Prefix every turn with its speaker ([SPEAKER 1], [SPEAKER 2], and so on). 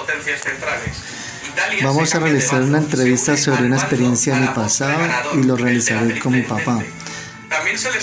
[SPEAKER 1] influencias centrales. Italia
[SPEAKER 2] Vamos
[SPEAKER 1] se
[SPEAKER 2] a
[SPEAKER 1] cambia de
[SPEAKER 2] realizar
[SPEAKER 1] bando
[SPEAKER 2] una
[SPEAKER 1] según
[SPEAKER 2] entrevista
[SPEAKER 1] el
[SPEAKER 2] sobre una
[SPEAKER 1] bando
[SPEAKER 2] experiencia de mi
[SPEAKER 1] ganador,
[SPEAKER 2] pasado
[SPEAKER 1] ganador,
[SPEAKER 2] y lo
[SPEAKER 1] el de la
[SPEAKER 2] realizaré con mi
[SPEAKER 1] Felizmente.
[SPEAKER 2] papá.
[SPEAKER 1] También se les